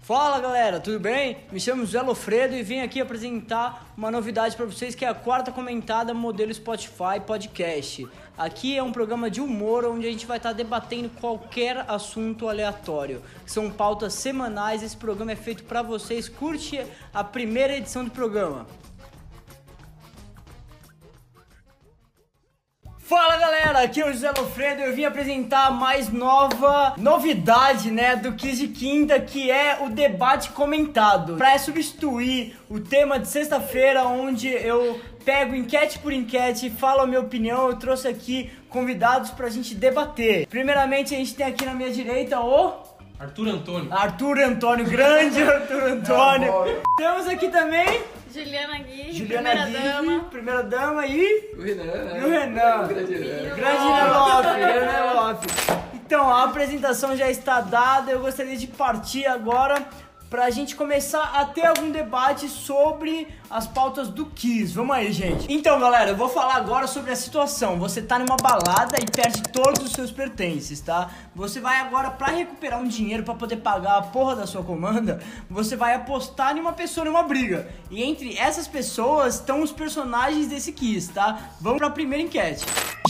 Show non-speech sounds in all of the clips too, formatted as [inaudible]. Fala galera, tudo bem? Me chamo José Lofredo e vim aqui apresentar uma novidade para vocês que é a quarta comentada modelo Spotify Podcast. Aqui é um programa de humor onde a gente vai estar debatendo qualquer assunto aleatório. São pautas semanais, esse programa é feito para vocês. Curte a primeira edição do programa. Fala galera, aqui é o José Lofredo e eu vim apresentar a mais nova novidade, né, do Quiz de Quinta, que é o debate comentado. Pra substituir o tema de sexta-feira, onde eu pego enquete por enquete, falo a minha opinião, eu trouxe aqui convidados pra gente debater. Primeiramente, a gente tem aqui na minha direita o... Arthur Antônio. Arthur Antônio, grande [laughs] Arthur Antônio. Temos aqui também Juliana Gui, Juliana primeira dama. Guirri, primeira dama e... O Renan, né? E o Renan? Renan. Grande Nelope, grande Nelope. Então, a apresentação já está dada. Eu gostaria de partir agora pra gente começar a ter algum debate sobre as pautas do Kiss. Vamos aí, gente. Então, galera, eu vou falar agora sobre a situação. Você tá numa balada e perde todos os seus pertences, tá? Você vai agora pra recuperar um dinheiro pra poder pagar a porra da sua comanda, você vai apostar em uma pessoa numa briga. E entre essas pessoas estão os personagens desse Kiss, tá? Vamos pra primeira enquete.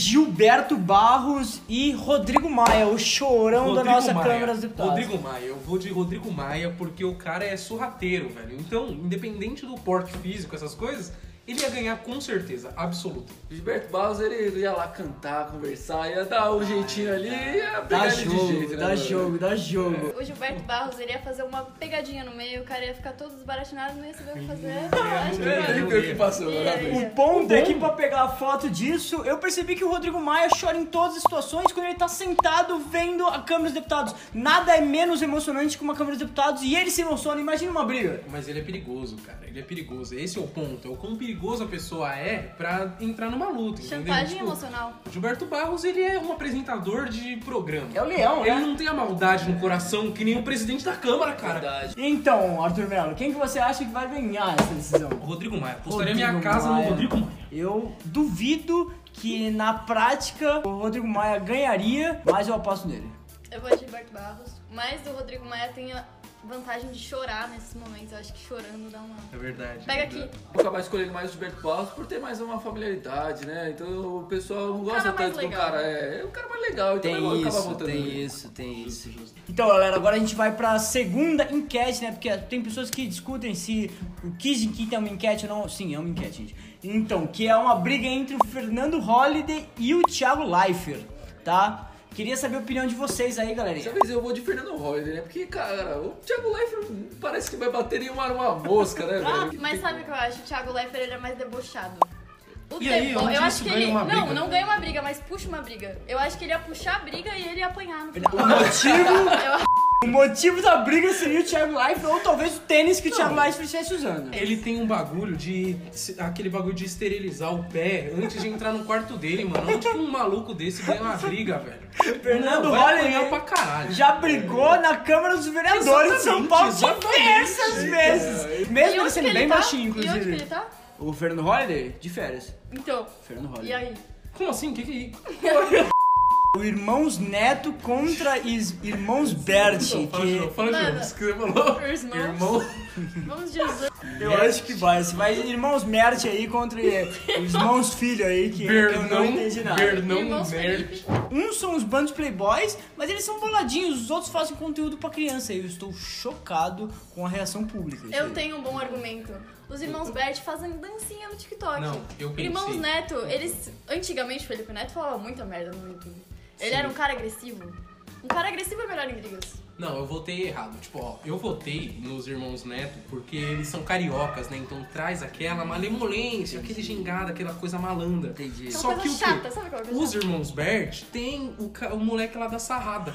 Gilberto Barros e Rodrigo Maia, o chorão da nossa Maia. Câmara dos Deputados. Rodrigo Maia. Eu vou de Rodrigo Maia porque o cara é sorrateiro, velho. Então, independente do porte físico, essas coisas, ele ia ganhar com certeza, absoluta. Gilberto Barros, ele ia lá cantar, conversar, ia dar um jeitinho ali, ia pegar Dá ele jogo, de jeito, né, dá mano? jogo, dá jogo. O Gilberto Barros ele ia fazer uma pegadinha no meio, o cara ia ficar todo desbaratinado, não ia saber o que fazer. Acho que Ele vai. viu o que passou, E né? aí? O ponto é que pra pegar a foto disso, eu percebi que o Rodrigo Maia chora em todas as situações quando ele tá sentado vendo a Câmara dos Deputados. Nada é menos emocionante que uma Câmara dos Deputados e ele se emociona. Imagina uma briga. Mas ele é perigoso, cara. Ele é perigoso. Esse é o ponto. É o quão perigoso a pessoa é pra entrar numa luta, entendeu? Chantagem Tipo, emocional. o Gilberto Barros, ele é um apresentador de programa. É o leão, Ele né? não tem a maldade no coração que nem o presidente da Câmara, cara. Verdade. Então, Arthur Melo, quem que você acha que vai ganhar essa decisão? Rodrigo Maia. Apostaria Rodrigo minha casa Maia. no Rodrigo Maia. Eu duvido que na prática o Rodrigo Maia ganharia, mas eu aposto nele. Eu vou de Gilberto Barros, mas o Rodrigo Maia tem a vantagem de chorar nesses momentos. Eu acho que chorando dá uma. É verdade. Pega aqui. Vou acabar escolhendo mais o Gilberto Barros por ter mais uma familiaridade, né? Então o pessoal não gosta cara mais tanto do legal. cara. É, é o cara mais legal, então eu vou acabar votando né? nele. isso, tem isso. Então, galera, agora a gente vai pra segunda enquete, né? Porque tem pessoas que discutem se o Kiss de Quinta é uma enquete ou não. Sim, é uma enquete, gente. Então, que é uma briga entre o Fernando Holliday e o Thiago Leifert, tá? Queria saber a opinião de vocês aí, Dessa galerinha. vez eu vou de Fernando Holliday, né? Porque, cara, o Thiago Leifert parece que vai bater em uma, uma mosca, né, Ah, velho? mas sabe o que eu acho? O Thiago Leifert ele é mais debochado. O E aí, Tebó- onde eu isso acho que ganha ele. uma não, briga? não ganha uma briga, mas puxa uma briga. Eu acho que ele ia puxar a briga e ele ia apanhar no O final. motivo, [laughs] o Eu motivo da briga seria o Thiago Leifert ou talvez o tênis que o Thiago Leifert estivesse usando. Ele tem um bagulho de. aquele bagulho de esterilizar o pé antes de entrar no quarto dele, mano. Onde que um maluco desse ganha uma briga, velho? Fernando Não, vai Holliday apanhar pra caralho. já brigou na Câmara dos Vereadores de São Paulo Exatamente, diversas vezes. Mesmo E ele onde que sendo ele bem tá? baixinho, E onde que ele inclusive. tá? O Fernando Holliday? De férias. Então, Fernando e Holliday. aí? Como assim? O que que é O Irmãos Neto contra is- Irmãos Bert. isso? Fala de novo, Que fala de novo. Mano. Isso que você falou. Irmãos. Irmão. Vamos de Jesus. eu acho que vai. Se vai Irmãos Mert aí [laughs] contra Irmãos Filho aí, que eu não Bernão. entendi nada. Bernão Irmãos Verde. Felipe. Uns são os bandos playboys, mas eles são boladinhos. Os outros fazem conteúdo pra criança. E eu estou chocado com a reação pública. Eu tenho um bom argumento. Os irmãos Bert fazem dancinha no TikTok. Não, eu pensei. Irmãos Neto, eles. Antigamente o Felipe Neto falava muita merda no YouTube. Ele era um cara agressivo. Um cara agressivo é melhor em brigas. Não, eu votei errado. Tipo, ó, eu votei nos Irmãos Neto porque eles são cariocas, né? Então traz aquela malemolência, aquele gingado, aquela coisa malandra. Entendi. Aquela Só É coisa que o quê? chata, sabe aquela coisa Os chata? irmãos Bert tem o, ca- o moleque lá da sarrada.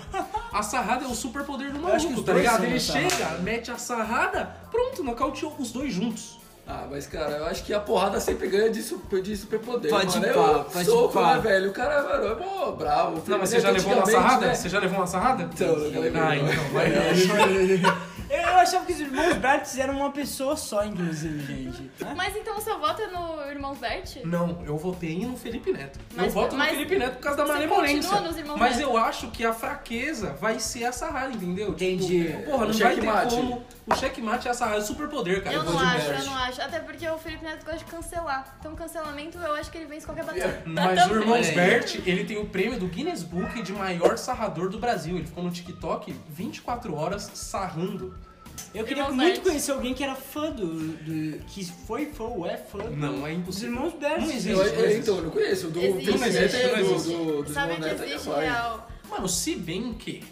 A sarrada é o superpoder do acho que maluco, os tá dois ligado? são Ele da sarrada. chega, mete a sarrada, pronto, nocauteou os dois juntos. Ah, mas cara, eu acho que a porrada sempre ganha de, super, de superpoder. Pode mano. É pá, o pode soco, pá. né, velho? O cara, mano, é mó bravo. né? Não, mas você Fluminense já levou uma antigamente, sarrada? né? Você né? Então, já levou uma sarrada? Então, eu levei Ah, uma. então, vai. Eu achava que os irmãos Bertes eram uma pessoa só, inclusive, [laughs] gente. Hã? Mas então o seu voto é no Irmãos Bert? [laughs] Não, eu votei no Felipe Neto. eu Mas- voto mas no Felipe Neto por causa da você malemolência. continua nos irmãos Mas Neto? eu acho que a fraqueza vai ser a Sarrada, entendeu? Tipo, Entendi. porra, não O vai checkmate. ter como. O checkmate é a Sarrada, é superpoder, cara. Eu do não acho, Gilberto. eu não acho. Até porque o Felipe Neto gosta de cancelar. Então cancelamento eu acho que ele vence qualquer batalha. Mas o Irmãos Olha aí. Bert, ele tem o prêmio do Guinness Book de maior sarrador do Brasil. Ele ficou no TikTok 24 horas sarrando. Eu queria Irmãos muito Bert. conhecer alguém que era fã do. do- que foi, foi ou é fã. do- Não, é Dos impossível. irmãos Bert. Não existe. Eu- eu- então, eu não conheço. O do Existe, Felipe Neto existe, é do- existe. do- do Sabe João que Neto, existe é capaz. real. Mano, se bem que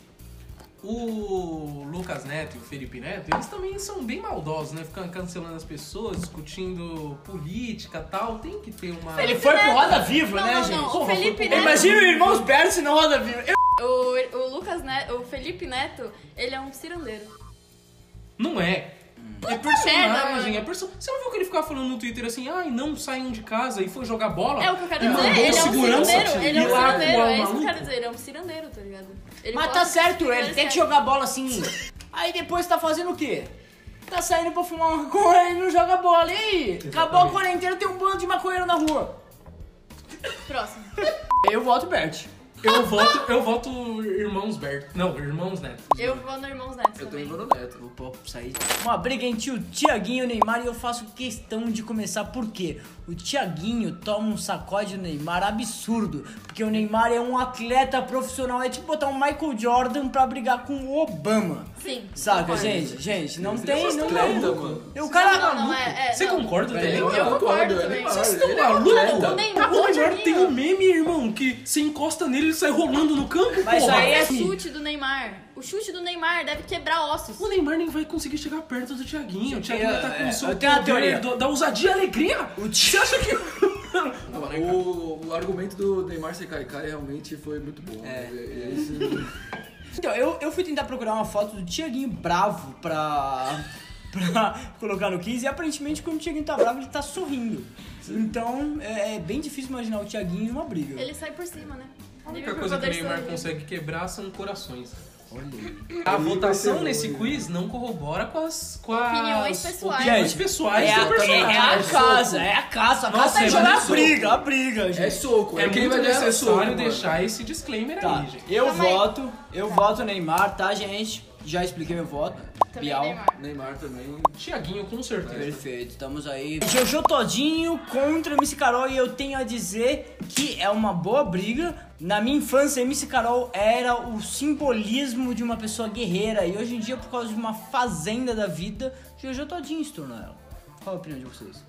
o Lucas Neto e o Felipe Neto, eles também são bem maldosos, né? Ficando cancelando as pessoas, discutindo política e tal. Tem que ter uma... Ele foi pro Neto. Roda Viva, Não, né, não, gente? não. Como O Felipe foi pro- Neto- Imagina o irmãos Bert no Roda Viva. Eu- O, o Lucas Neto, o Felipe Neto, ele é um cirandeiro. Não é. É personagem, Hum. merda, mano. é perso... Você não viu que ele ficava falando no Twitter assim, ai, não saiam de casa e foi jogar bola? É o que eu quero E dizer, mandou ele é um segurança cirandeiro, ele é ir um lá com cirandeiro, o é isso que eu maluco. quero dizer, ele é um cirandeiro, tá ligado? Ele Mas gosta tá de certo, primeiras ele tem que séries. jogar bola assim. Aí depois tá fazendo o quê? Tá saindo pra fumar uma maconha e não joga bola. E aí? Acabou a Exatamente. quarentena, tem um bando de maconheiro na rua. Próximo. Eu voto Bert. Eu voto, eu voto Irmãos Bert. Não, Irmãos Neto. Eu vou no Irmãos Neto Eu também também. vou no Neto. Vou pôr pra sair. Uma briga entre o Tiaguinho e o Neymar e eu faço questão de começar por quê? O Tiaguinho toma um sacode do Neymar absurdo, porque o Neymar é um atleta profissional, é tipo botar um Michael Jordan pra brigar com o Obama. Sim. Saca, concordo. gente? Gente, não tem, não tem. treta, mano. E O Não, cara não, não, é, é, Você não. concorda tá também? eu concordo também. Vocês Ele estão é um malucos? atleta. nem- O acabou de Neymar vir, tem ó. um meme, irmão, que você encosta nele e ele sai rolando no campo, Mas porra. aí é O assim. chute do Neymar, o chute do Neymar deve quebrar ossos. O Neymar nem vai conseguir chegar perto do Thiaguinho. O Thiaguinho tá com é, o seu eu tenho uma poder teoria. do- da ousadia e alegria. é. Você acha que... Não, é o, o argumento do Neymar ser caicai realmente foi muito bom. É. né? E- e isso- Então, eu, eu fui tentar procurar uma foto do Tiaguinho bravo pra, pra [laughs] colocar no 15 e aparentemente quando o Tiaguinho tá bravo ele tá sorrindo. Então é, é bem difícil imaginar o Tiaguinho numa briga. Ele sai por cima, né? A única coisa que o Neymar consegue quebrar são corações. A votação nesse quiz não corrobora com as... Com as Opiniões pessoais. opiniões pessoais é, do a, personagem. é a casa, é a casa, a Nossa, casa é é jogar a muito briga, a briga, É gente. soco. É quem muito vai ganhar é soco, necessário mano. deixar esse disclaimer Tá, aí, gente. eu Calma aí. voto, eu voto Neymar, tá, gente? Já expliquei meu voto. Também é Bial. Neymar. Neymar também. Tiaguinho, com certeza. Perfeito, estamos aí. Jojo Todinho contra MC Carol e eu tenho a dizer que é uma boa briga. Na minha infância, MC Carol era o simbolismo de uma pessoa guerreira e hoje em dia, por causa de uma fazenda da vida, Jojo Todinho se tornou ela. Qual a opinião de vocês?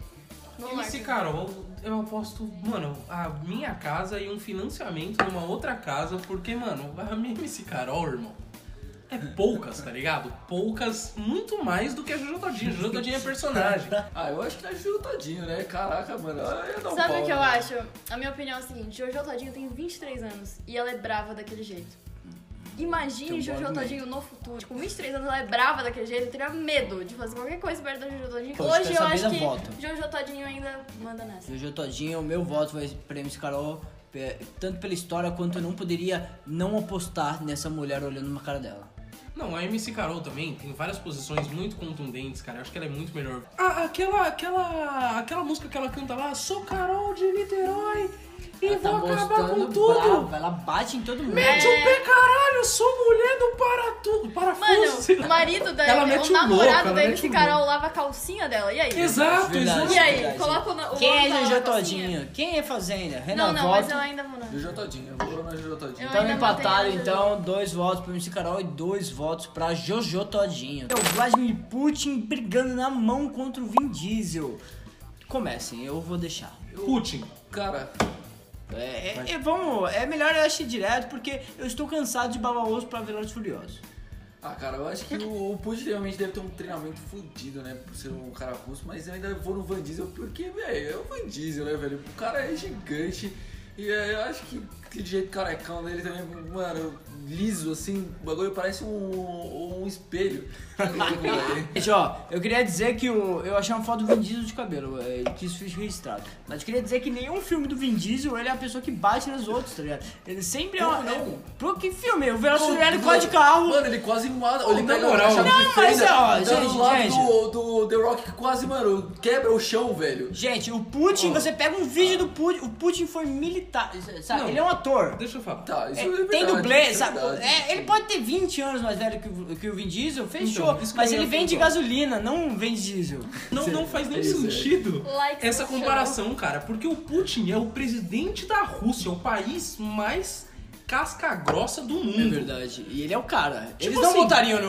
Vamos lá. Esse Carol, eu aposto, mano, a minha casa e um financiamento numa outra casa, porque, mano, a minha MC Carol, irmão, é poucas, tá ligado? Poucas, muito mais do que a Jojo Todinho. Jojo Todinho é personagem. Ah, eu acho que tá juntadinho, né? Caraca, mano. Ah, eu ia dar um Sabe pau, o que eu né? acho? A minha opinião é a seguinte: Jojo Todinho tem 23 anos e ela é brava daquele jeito. Imagine Tem um bom Jojo argumento. Todinho no futuro. Com 23 anos, ela é brava daquele jeito, eu teria medo de fazer qualquer coisa perto da Jojo Todinho. Pô, Hoje dessa eu vez acho eu que voto. Jojo Todinho ainda manda nessa. Jojo Todinho, o meu voto vai pra MC Carol, pe- tanto pela história quanto eu não poderia não apostar nessa mulher olhando na cara dela. Não, a MC Carol também tem várias posições muito contundentes, cara. Eu acho que ela é muito melhor. Ah, aquela, aquela, aquela música que ela canta lá, sou Carol de Niterói e Ela tá vou acabar mostrando com tudo. brava, ela bate em todo mundo. Mete É, o pé, caralho, sou mulher do para tudo. Parafuso. Mano, o marido da. Ela mete o o louco, namorado ela da mete MC o Carol lava a calcinha dela. E aí? Exato, Verdade. exato. E aí? Verdade. Coloca o. na- o Quem homem pra é Jojo lavar a calcinha? Todinho? Quem é Fazenda? Não, Renan, não, mas voto. eu ainda vou na. Jujotadinho, eu vou na Jujotadinho. Eu Estamos ainda mantenho empatados, a Jojo. então, dois votos para MC Carol e dois votos para Jojo Todinho. É O Vladimir Putin brigando na mão contra o Vin Diesel. Comecem, eu vou deixar. Putin. Cara, É, é- é- vamos, é melhor eu achar direto, porque eu estou cansado de babar osso para Velozes e Furiosos. ah, cara, eu acho que o, o Putin realmente deve ter um treinamento fudido, né? Por ser um cara russo, mas eu ainda vou no Van Diesel porque, velho, é o Van Diesel, né, velho? O cara é gigante. E é, eu acho que, aquele jeito carecão dele também, mano, liso assim, o bagulho parece um, um espelho. é Gente, ó, eu queria dizer que o, eu achei uma foto do Vin Diesel de cabelo, é, que isso fiz registrado. Mas eu queria dizer que nenhum filme do Vin Diesel ele é a pessoa que bate nos outros, tá ligado? Ele sempre é uma. Como não? é- pro que filme? O Velociraptor quase de carro. Mano, ele quase mata. Ele na pega moral. a chave Não, de mas fenda, é, ó, dá gente, do lado gente. Do, do The Rock que quase, mano, quebra o chão, velho. Gente, o Putin, você pega um vídeo do Putin, o Putin foi militar, sabe? Não. Ele é um ator. Deixa eu falar. Tá, isso É, é, verdade, tem dublê, isso é sabe? verdade. É, ele pode ter 20 anos mais velho que, o- que o Vin Diesel, fechou. isso que mas eu ia ele vende pontuar. gasolina, não vende diesel. Não, não faz nem Isso é. sentido Like essa no chão. comparação, cara. Porque o Putin é o presidente da Rússia, é o país mais casca-grossa do É mundo. verdade. E ele é o cara. Tipo Eles não assim, botariam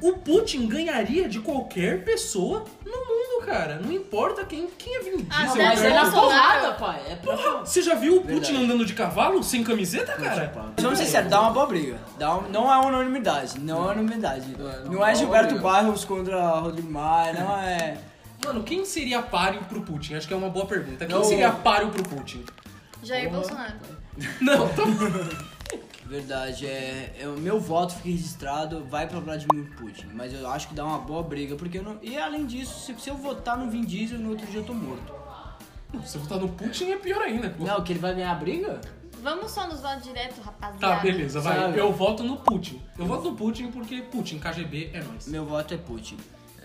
no. O Putin ganharia de qualquer pessoa no mundo, cara. Não importa quem, quem é Vin Diesel. Ah, cara. não, mas é na porrada, pai. É Porra, você já viu o Putin Verdade. tipo, andando de cavalo sem camiseta, cara? Mas vamos ser sérios, dá é uma boa briga. Dá um- não é unanimidade, não é unanimidade. Não é, não Não é é Gilberto unanimidade. Barros contra Rodrigo Maia, não é. Mano, quem seria páreo pro Putin? Acho que é uma boa pergunta. Quem Não. seria páreo pro Putin? Jair Bolsonaro. Não, tá Verdade, é, é o meu voto fica registrado, vai pra Vladimir Putin, mas eu acho que dá uma boa briga, porque eu não. E além disso, se, se eu votar no Vin Diesel, no outro dia eu tô morto. bom. Se eu votar no Putin é pior ainda. pô. Não, que ele vai ganhar a briga? Vamos só nos votos direto, rapaziada. Tá, beleza, vai. Sabe? Eu voto no Putin. Eu voto no Putin porque Putin, KGB, é nóis. Meu voto é Putin.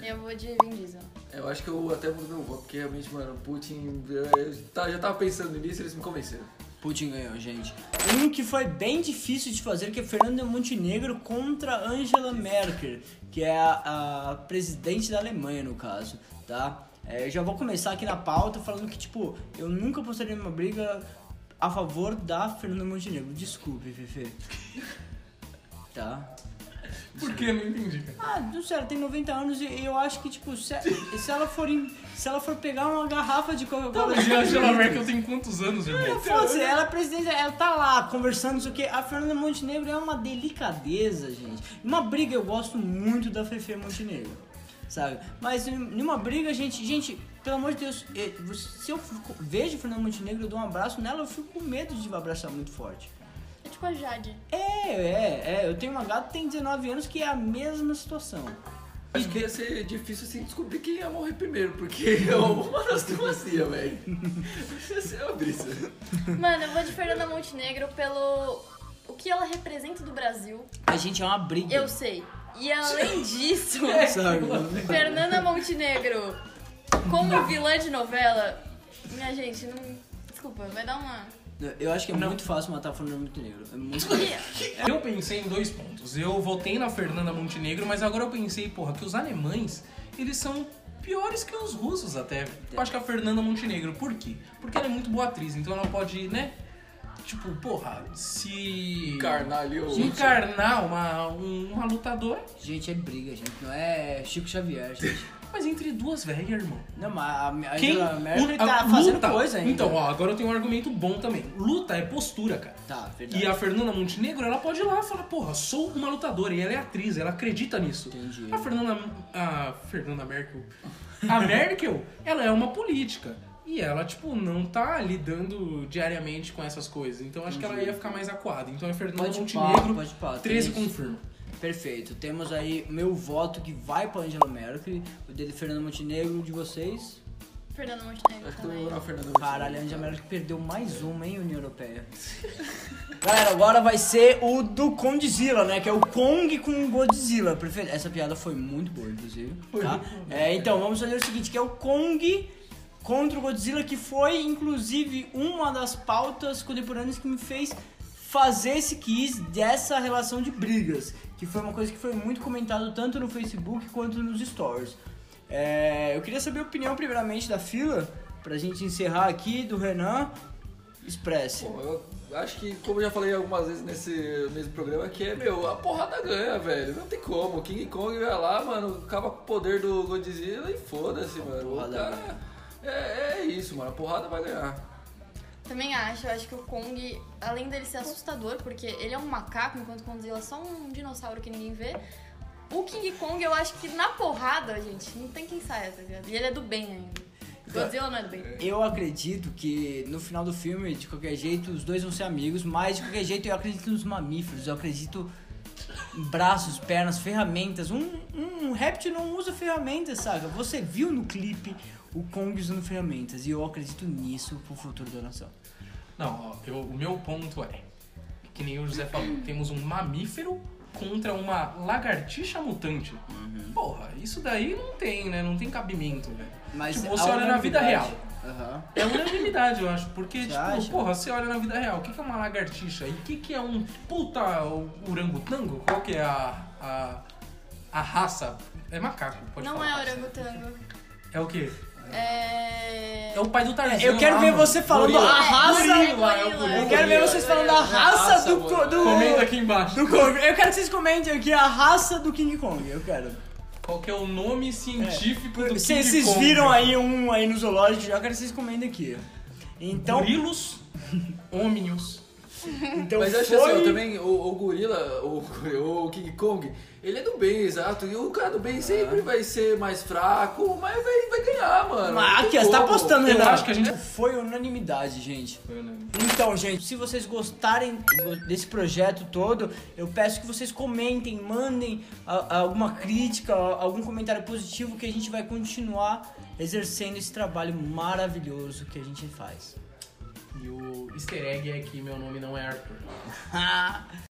Eu vou de Vin Diesel. É, Eu acho que eu até vou meu voto, porque realmente, mano, Putin. Eu, eu tá- já tava pensando nisso e eles me convenceram. Putin ganhou, gente. Um que foi bem difícil de fazer, que é Fernando Montenegro contra Angela Merkel, que é a, a presidente da Alemanha, no caso, tá? É, eu já vou começar aqui na pauta falando que, tipo, eu nunca postaria numa briga a favor da Fernanda Montenegro. Desculpe, Fefe. [laughs] Tá? Por que? Não entendi, cara. Ah, não sei, ela tem 90 anos e e eu acho que, tipo, se, se ela for em- se ela for pegar uma garrafa de Coca-Cola... Mas de a Angela litro, Merkel tem quantos anos, irmão? Foda-se, ela é presidente, ela tá lá conversando, isso que. A Fernanda Montenegro é uma delicadeza, gente. Numa briga eu gosto muito da Fefe Montenegro, sabe? Mas em- numa briga, gente, gente, pelo amor de Deus, eh, se eu fico- vejo a Fernanda Montenegro, eu dou um abraço nela, eu fico com medo de abraçar muito forte. É tipo a Jade. É, é, é. Eu tenho uma gata que tem 19 anos que é a mesma situação. Acho que ia ser difícil assim descobrir quem ia morrer primeiro, porque [laughs] é uma das duas ia, velho. [laughs] Isso é uma brisa. Mano, eu vou de Fernanda Montenegro pelo. O que ela representa do Brasil, A gente é uma briga. eu sei. E [laughs] além disso, Sabe? Fernanda Montenegro como vilã de novela. Minha gente, não. Desculpa, vai dar uma. Eu acho que é muito fácil matar a Fernanda Montenegro. É muito E- Eu pensei em dois pontos. Eu votei na Fernanda Montenegro, mas agora eu pensei, porra, que os alemães, eles são piores que os russos até. Eu acho que a Fernanda Montenegro, por quê? Porque ela é muito boa atriz, então ela pode, né? Tipo, porra, se. Carnalho. se encarnar uma, um- uma lutadora, Gente, é briga, gente. Não é Chico Xavier, gente. mas entre duas velhas, irmão. Não, mas a a Quem Angela Merkel o- tá a- fazendo luta- coisa ainda. Então, ó, agora eu tenho um argumento bom também. Luta é postura, cara. Tá, verdade. E a Fernanda Montenegro, ela pode ir lá e falar, porra, sou uma lutadora. E ela é atriz, ela acredita nisso. Entendi. A Fernanda. A Fernanda Merkel. A [laughs] Merkel, ela é uma política. E ela, tipo, não tá lidando diariamente com essas coisas. Então acho que ela ia ficar mais acuada. Então é Fernanda Pode pá, Montenegro. pode pá, tem 13 isso. confirma. Perfeito. Temos aí meu voto que vai pra Angela Merkel, o dele Fernando Montenegro, o de vocês. Fernanda Acho Montenegro que eu também. vou na Fernanda Caralho, a Angela Merkel perdeu mais uma, hein, União Europeia. Galera, agora vai ser o do Kondzilla, né? Que é o Kong com o Godzilla. Perfeito. Essa piada foi muito boa, inclusive. Tá? É, então, vamos fazer o seguinte, que é o Kong contra o Godzilla, que foi, inclusive, uma das pautas contemporâneas que me fez fazer esse quiz dessa relação de brigas. Que foi uma coisa que foi muito comentado tanto no Facebook quanto nos stories. É, eu queria saber a opinião primeiramente da fila, pra gente encerrar aqui, do Renan. Express. Bom, eu acho que, como eu já falei algumas vezes nesse mesmo programa, que é, meu, a porrada ganha, velho. Não tem como. O King Kong vai lá, mano, acaba com o poder do Godzilla e foda-se, mano. O porrada cara. ganha. É, é isso, mano. A porrada vai ganhar. Também acho, eu acho que o Kong, além dele ser assustador, porque ele é um macaco, enquanto o Godzilla é só um dinossauro que ninguém vê. O King Kong, eu acho que na porrada, gente, não tem quem saia, tá ligado? E ele é do bem ainda. Godzilla não é do bem. Eu acredito que no final do filme, de qualquer jeito, os dois vão ser amigos, mas de qualquer jeito eu acredito nos mamíferos, eu acredito em braços, pernas, ferramentas. Um, um réptil não usa ferramentas, saca? Você viu no clipe o Kong usando ferramentas e eu acredito nisso pro futuro da nação. Não, ó, eu- o meu ponto é, que nem o José falou, temos um mamífero contra uma lagartixa mutante. Uhum. Porra, isso daí não tem, né? Não tem cabimento, velho. Mas é Tipo, a você olha na vida real. unanimidade- Aham. É unanimidade, eu acho. Porque, Você tipo, acha? porra, você olha na vida real, o que que é uma lagartixa? E o que que é um puta orangotango? Qual que é a, a, a raça? É macaco, pode Não falar. é orangotango. É o quê? É. É o pai do Tarzan. Eu quero lá, ver mano. você falando Gorila. a raça. É, é gorila, é o gorila. Eu quero ver vocês falando a raça do. co- do Comenta aqui embaixo. do Kong. Eu quero que vocês comentem aqui a raça do King Kong. Eu quero. Qual que é o nome científico do Se King vocês Kong? É. viram aí um aí no zoológico, eu quero que vocês comentem aqui. Então, Gorilos, homínios. então Mas eu acho foi... assim, ó, também o, o gorila, o, [laughs] o King Kong, ele é do bem, exato. E o cara do bem sempre vai ser mais fraco, mas vai, vai ganhar, mano. Ah, Não aqui, tem ó, você tá como. apostando, Eu Renan. acho que a gente- Foi unanimidade, gente. Então, gente, se vocês gostarem desse projeto todo, eu peço que vocês comentem, mandem a- a alguma crítica, a- algum comentário positivo que a gente vai continuar exercendo esse trabalho maravilhoso que a gente faz. Ah, E o easter egg é que meu nome não é Arthur.